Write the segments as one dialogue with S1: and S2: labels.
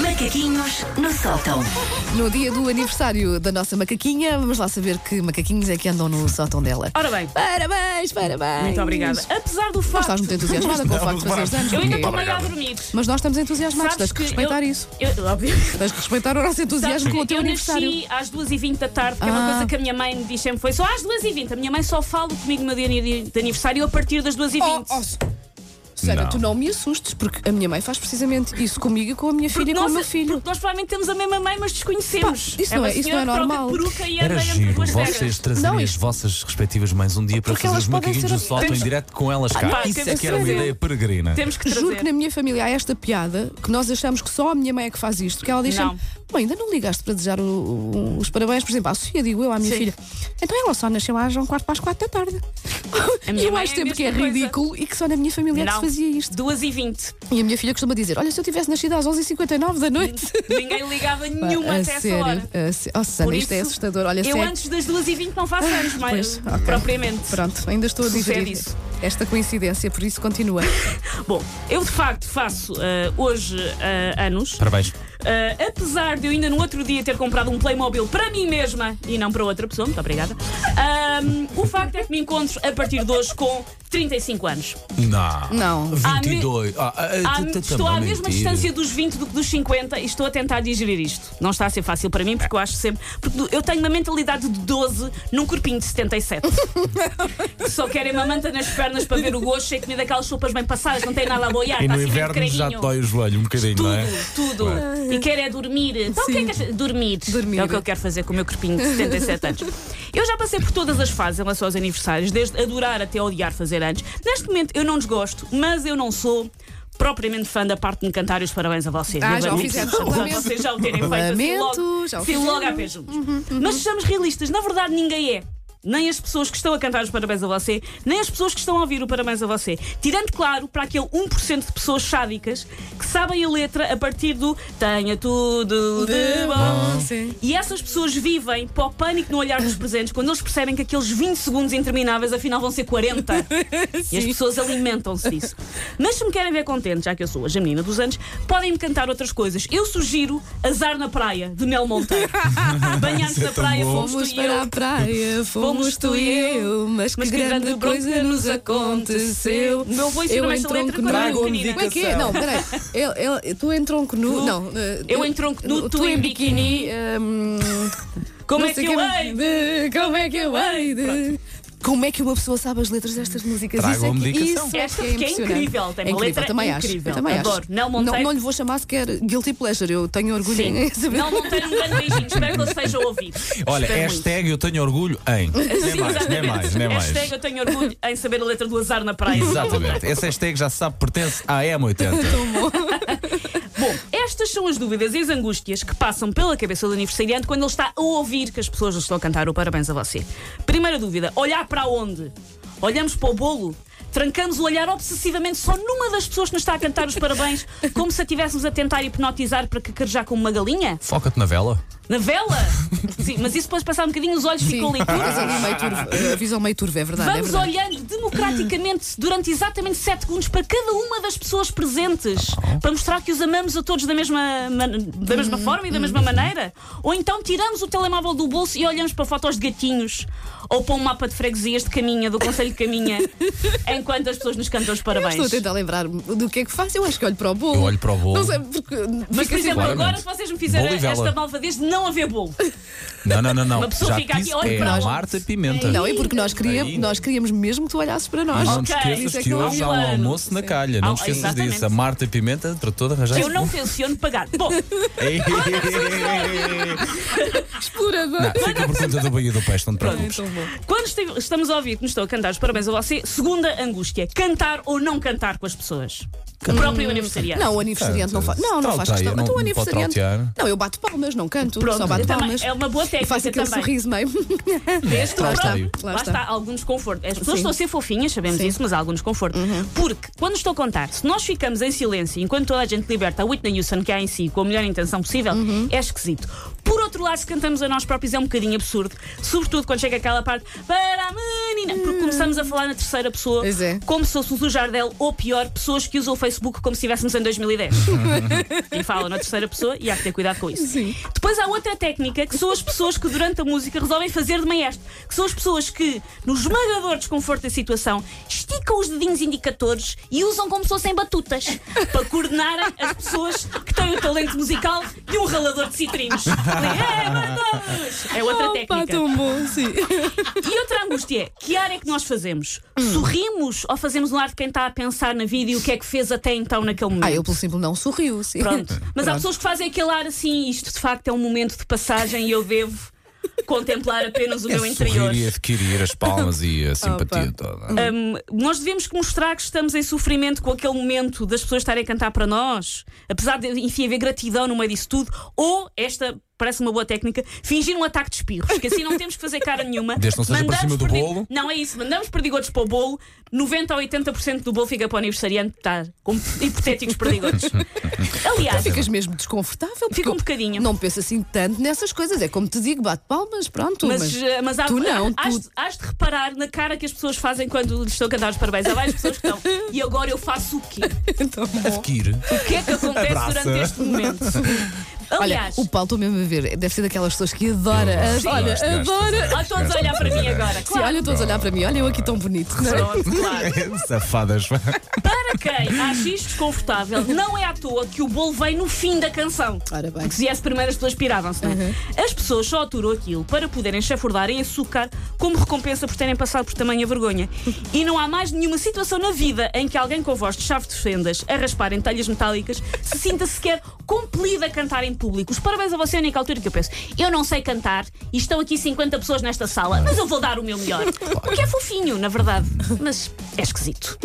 S1: Macaquinhos no sótão.
S2: No dia do aniversário da nossa macaquinha, vamos lá saber que macaquinhos é que andam no sótão dela.
S3: Ora bem,
S2: Parabéns, parabéns!
S3: muito obrigada. Apesar do
S2: Não
S3: facto.
S2: estás muito entusiasmada com o facto de fazer os anos.
S3: Eu ainda
S2: porque-
S3: estou meio a dormir.
S2: Mas nós estamos entusiasmados,
S3: Sabes
S2: tens que
S3: que
S2: respeitar
S3: eu-
S2: isso.
S3: Eu, obviamente.
S2: Tens que respeitar o nosso
S3: Sabes
S2: entusiasmo
S3: que
S2: com o teu
S3: eu
S2: aniversário.
S3: nasci às 2h20 da tarde, que é uma
S2: Ah.
S3: coisa que a minha mãe me diz sempre foi só às 2h20. A minha mãe só fala comigo no meu dia de aniversário a partir das 2h20.
S2: Oh, oh, Su- Susana,
S4: Não.
S2: tu não me assustes, porque a minha mãe faz precisamente isso comigo e com a minha filha e com o
S3: nós,
S2: meu filho.
S3: porque nós provavelmente temos a mesma mãe, mas desconhecemos.
S2: Pá, isso
S3: é
S2: não
S3: uma
S2: é- isso
S3: senhora
S2: não é
S3: que
S2: normal.
S3: troca peruca e anda
S4: Era
S3: entre
S4: giro
S3: duas
S4: vocês
S3: terras.
S2: Não,
S4: trazerem as
S2: isto-
S4: vossas respectivas mães um dia para
S2: Porque
S4: fazer
S2: elas
S4: os
S2: podem
S4: macaquinhos
S2: ser
S4: do
S2: a-
S4: sótão em
S2: Temos-
S4: direto com elas cá.
S3: Pá,
S4: Isso é
S3: temos
S4: que era uma
S3: que
S4: ideia peregrina.
S3: Temos que
S2: Juro que na
S3: trazer.
S2: minha família há esta piada que nós achamos que só a minha mãe é que faz isto, que ela diz
S3: Não.
S2: sempre, mãe, ainda não ligaste para desejar o- o- os parabéns, por exemplo, à Sofia, digo eu à minha
S3: Sim.
S2: filha. Então ela só nasceu às um quarto para as quatro da tarde.
S3: A minha
S2: E eu
S3: mãe
S2: acho
S3: é a
S2: sempre que é
S3: mesma coisa.
S2: ridículo e que só na minha família é que se
S3: Não,
S2: fazia isto.
S3: 2h20.
S2: E a minha filha costuma dizer, olha, se eu tivesse nascido às 11h59 da noite...
S3: Ninguém ligava nenhuma
S2: a
S3: até essa
S2: sério,
S3: hora.
S2: a sé- Oh, Susana,
S3: Por
S2: isto é
S3: isso,
S2: assustador. Olha,
S3: Eu
S2: sério. Ah,
S3: antes das 2h20 não faço anos, mas
S2: Pois, ok.
S3: propriamente.
S2: Pronto, ainda estou a
S3: Sucede
S2: digerir
S3: isso.
S2: esta coincidência, por isso continua.
S3: Bom, eu de facto faço eh, hoje eh, anos.
S4: Parabéns.
S3: Eh, apesar de eu ainda no outro dia ter comprado um Playmobil para mim mesma e não para outra pessoa, muito obrigada. ahm, o facto é que me encontro a partir de hoje com 35 anos.
S4: Não.
S2: Não.
S4: 22. Ah, ah,
S3: À-
S4: tu- tu-
S3: estou
S4: também
S3: à mesma
S4: mentira.
S3: distância dos 20 do que dos 50 e estou a tentar digerir isto. Não está a ser fácil para mim, porque eu acho sempre. Porque eu tenho uma mentalidade de 12 num corpinho de 77. que só querem uma manta nas pernas para ver o gosto, cheio de comida daquelas sopas bem passadas, não tem nada a boiar,
S4: E
S3: está
S4: no
S3: assim meio
S4: inverno já te
S3: creminho.
S4: dói o joelho um bocadinho,
S3: Tudo,
S4: não é?
S3: tudo. E quer é dormir. Então, o que é que és- dormir.
S2: Ah, Dormir.
S3: É o que eu quero fazer com o meu corpinho de 77 anos. Eu já passei por todas as fases em relação aos aniversários, desde adorar até odiar fazer anos. Neste momento eu não desgosto, mas eu não sou propriamente fã da parte de me cantar os parabéns a vocês.
S2: Ah,
S3: Eu
S2: já o
S3: admito.
S2: fizemos, lamento.
S3: Vocês já o terem feito assim
S2: Lamento,
S3: logo,
S2: já o
S3: assim
S2: fizemos.
S3: logo à pé juntos. Mas sejamos realistas, na verdade ninguém é. Nem as pessoas que estão a cantar os parabéns a você, nem as pessoas que estão a ouvir o parabéns a você. Tirando, claro, para aquele 1% de pessoas sádicas que sabem a letra a partir do Tenha tudo de bom.
S2: Sim.
S3: E essas pessoas vivem para o pânico no olhar dos presentes quando eles percebem que aqueles 20 segundos intermináveis afinal vão ser 40. E as pessoas alimentam-se disso. Mas se me querem ver contente, já que eu sou hoje a menina dos anos, podem-me cantar outras coisas. Eu sugiro Azar na Praia, de Mel Monteiro. Banhar-se na praia,
S4: é bom.
S3: fomos
S2: Fomos
S3: tu e eu.
S2: para a praia, fomos tu e eu, mas que grande coisa nos aconteceu.
S3: Meu avô ensinou-me
S2: eu
S3: esta
S2: entronco
S3: letra quando eu era
S2: nu.
S3: pequenina.
S2: Como é que é? Não, peraí. Ele, ele, tu em tronco nu. Não. eh,
S3: Eu em tronco nu, tu em ehm,
S2: biquíni. hum,
S3: Como
S2: não
S3: é
S2: sei
S3: que eu hei?
S2: hei de- Como é que eu hei de... Como é que uma pessoa sabe as letras destas músicas? Isso é
S4: Tragam-me
S2: que-
S4: dedicação.
S2: isso é
S3: Esta
S2: que
S3: porque é
S2: impressionante.
S3: incrível, tem uma
S2: É incrível,
S3: letra
S2: também
S3: incrível.
S2: Acho, também
S3: Adoro.
S2: acho.
S3: Nel Monteiro.
S2: Não, não lhe vou chamar sequer guilty pleasure, eu tenho orgulho em
S3: Sim.
S2: saber. é.
S3: Mel Monteiro, um grande beijinho. Espero que ele esteja a ouvir.
S4: Olha,
S3: Espero muito.
S4: hashtag eu tenho orgulho em. Nem mais, nem mais, nem mais.
S3: Hashtag eu tenho orgulho em saber a letra do azar na praia.
S4: Exatamente. Essa hashtag já se sabe pertence à M80.
S3: Bom, estas são as dúvidas e as angústias que passam pela cabeça do aniversariante quando ele está a ouvir que as pessoas lhe estão a cantar o parabéns a você. Primeira dúvida: olhar para onde? Olhamos para o bolo? Trancamos o olhar obsessivamente só numa das pessoas que nos está a cantar os parabéns, como se a estivéssemos a tentar hipnotizar para cacarejar como uma galinha?
S4: Foca-te na vela.
S3: Na vela? Sim, mas isso depois de passar um bocadinho os olhos ficam ali
S2: Mas ali meio turvo, a visão meio turva, é verdade. é
S3: Vamos
S2: verdade.
S3: olhando democraticamente durante exatamente 7 segundos para cada uma das pessoas presentes
S2: Tá
S3: para mostrar que os amamos a todos da mesma, man- da mesma
S2: Hum,
S3: forma e da mesma maneira? Ou então tiramos o telemóvel do bolso e olhamos para fotos de gatinhos ou para um mapa de freguesias de caminha, do Conselho de Caminha, enquanto as pessoas nos cantam os
S2: Eu
S3: parabéns.
S2: estou a tentar lembrar-me do que é que faço. Eu acho que olho para o bolo.
S4: Eu olho para o bolo.
S2: Não sei, porque. assim
S3: Mas, por exemplo,
S4: claramente.
S3: agora se vocês me fizerem
S4: Bolo e vela.
S3: esta malvadez de não haver bolo.
S4: Não, não, não, não.
S3: Uma pessoa
S4: Já
S3: fica
S4: te
S3: aqui,
S4: disse,
S3: olha
S4: é
S3: para
S4: a
S3: onde?
S4: Marta Pimenta.
S2: Não, e porque nós queríamos,
S4: Ainda.
S2: nós queríamos mesmo que tu olhasses para
S4: E
S2: nós.
S4: Ah, não
S3: Ok.
S4: te
S2: Isso é
S4: esqueças
S2: que
S4: que
S2: não
S4: hoje
S3: é
S4: há
S3: um
S4: um
S3: ano.
S4: almoço na calha. Não
S3: Ah,
S4: te esqueças
S3: exatamente.
S4: disso. A Marta Pimenta tratou de arranjar.
S3: Eu não pensiono pagar. Bom,
S2: Explorador.
S4: Não, fica por conta do Bahia do Peixe, não te preocupes.
S2: Então, bom.
S3: Quando este- estamos a ouvir que nos estão a cantar os parabéns a você, segunda angústia: cantar ou não cantar com as pessoas. O próprio aniversariante.
S2: Hum. Não, o aniversariante não faz. Não, não faz
S4: Trauteia,
S2: questão. Então,
S4: não-
S2: o
S4: não pode
S2: aniversariante.
S4: trautear.
S2: Não, eu bato palmas, não canto.
S3: Pronto,
S2: só bato
S3: também
S2: palmas.
S3: é uma boa técnica
S2: Faço aquele
S3: também.
S2: sorriso meio.
S3: Este
S4: Lá
S3: lá,
S4: está.
S3: está,
S2: Lá
S3: lá
S2: está.
S3: está algum desconforto. As pessoas
S2: Sim.
S3: estão a ser fofinhas, sabemos
S2: Sim. Uhum.
S3: isso, mas há algum desconforto. Porque, quando estou a contar, se nós ficamos em silêncio enquanto toda a gente liberta a Whitney Houston que há em si com a melhor intenção possível,
S2: Uhum.
S3: é esquisito. Por outro lado, se cantamos a nós próprios é um bocadinho absurdo, sobretudo quando chega aquela parte para a menina, porque começamos a falar na terceira pessoa,
S2: Hum. Pois é.
S3: como se fosse o Jardel, ou pior, pessoas que usam o Facebook como se estivéssemos em 2010. e falam na terceira pessoa e há que ter cuidado com isso.
S2: Sim.
S3: Depois há outra técnica que são as pessoas que durante a música resolvem fazer de maestro, que são as pessoas que, no esmagador desconforto da situação, esticam os dedinhos indicadores e usam como se fossem batutas para coordenarem as pessoas que têm o talento musical e um ralador de citrinos. É, vamos! É outra
S2: Oh, pá,
S3: técnica.
S2: tão bom, sim.
S3: E outra angústia é, que ar é que nós fazemos?
S2: Hum.
S3: Sorrimos ou fazemos um ar de quem está a pensar na vida e o que é que fez até então naquele momento?
S2: Ah, eu pelo simples não sorriu, sim.
S3: Pronto.
S4: É,
S3: Mas há pessoas que fazem aquele ar assim, isto de facto é um momento de passagem e eu devo contemplar apenas o
S4: É
S3: meu interior.
S4: Sorrir e adquirir as palmas e a simpatia
S2: Opa.
S4: toda.
S3: Hum, nós devemos que mostrar que estamos em sofrimento com aquele momento das pessoas estarem a cantar para nós, apesar de, enfim, haver gratidão no meio disso tudo, ou esta. Parece uma boa técnica, fingir um ataque de espirros, que assim não temos que fazer cara nenhuma.
S4: Desde que não seja para cima do
S3: perdi-
S4: bolo.
S3: Não é isso, mandamos perdigotes para o bolo, 90 ou 80% do bolo fica para o aniversariante, tá, com hipotéticos perdigotes.
S4: Tá
S3: Aliás,
S2: Ficas mesmo desconfortável. porque
S3: Fico um bocadinho.
S2: Não penso assim tanto nessas coisas. É como te digo, bate palmas, pronto.
S3: Mas,
S2: Mas,
S3: eh, mas há,
S2: tu não,
S3: há- Has,
S2: tu.
S3: de- has de reparar na cara que as pessoas fazem quando lhes estão a cantar os parabéns. Há várias pessoas que estão. E agora eu faço o quê?
S2: Tão bom.
S4: Adquire.
S3: O que é que acontece
S4: Abraça.
S3: durante este momento?
S2: Olha,
S3: Aliás,
S2: o Paulo, estou mesmo a ver. Deve ser daquelas pessoas que adora.
S4: Eu gosto,
S2: Olha,
S4: gosto, gosto,
S2: adora.
S4: gosto.
S3: há todos a olhar para mim agora.
S2: Sim, olha,
S3: Claro,
S2: todos a olhar para mim. Olha, eu aqui tão bonito. não é?
S3: Pronto, claro.
S4: Safadas.
S3: Para quem acha isto desconfortável, não é à toa que o bolo vem no fim da canção.
S2: Ora bem.
S3: Porque se viesse primeiro as pessoas piravam-se, não é?
S2: Uhum.
S3: As pessoas só aturam aquilo para poderem chafurdar e açúcar como recompensa por terem passado por tamanha vergonha. E não há mais nenhuma situação na vida em que alguém com voz de chave de fendas a raspar em telhas metálicas se sinta sequer compelida a cantar em público. Os parabéns a você, é a única altura que eu penso. Eu não sei cantar e estão aqui 50 pessoas nesta sala, mas eu vou dar o meu melhor. O que é fofinho, na verdade, mas é esquisito.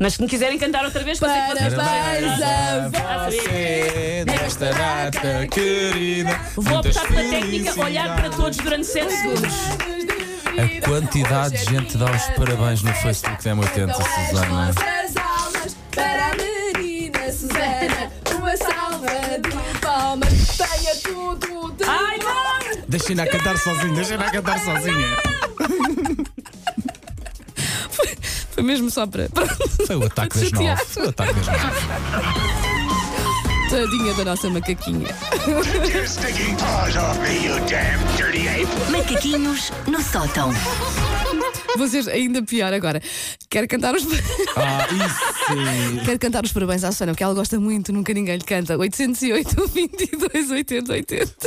S3: Mas se me quiserem cantar outra vez, eu sei que vocês
S2: Parabéns a
S4: você nesta data querida.
S3: Vou
S4: Muitas
S3: optar pela técnica olhar para
S4: felicidades.
S3: todos durante 7 segundos.
S4: A quantidade de gente que dá os parabéns no Facebook da M80,
S3: Então é
S4: Susana.
S2: As almas para a menina Susana, uma salva de palmas, tenha tudo de
S3: Ai, não!
S4: Deixem-na cantar sozinha, deixem-na cantar sozinha.
S2: Foi mesmo só para. para-
S4: Foi o ataque das
S2: Chateado.
S4: nove. Foi o ataque das nove.
S2: Tadinha da nossa macaquinha.
S1: Take your stinking paws off me, you damn dirty ape!
S5: Macaquinhos no sótão.
S2: Vocês ainda pior agora. Quero cantar os.
S4: Ah, isso.
S2: Quero cantar os parabéns à Susana, porque ela gosta muito, nunca ninguém lhe canta. 808, 22, 80, 80.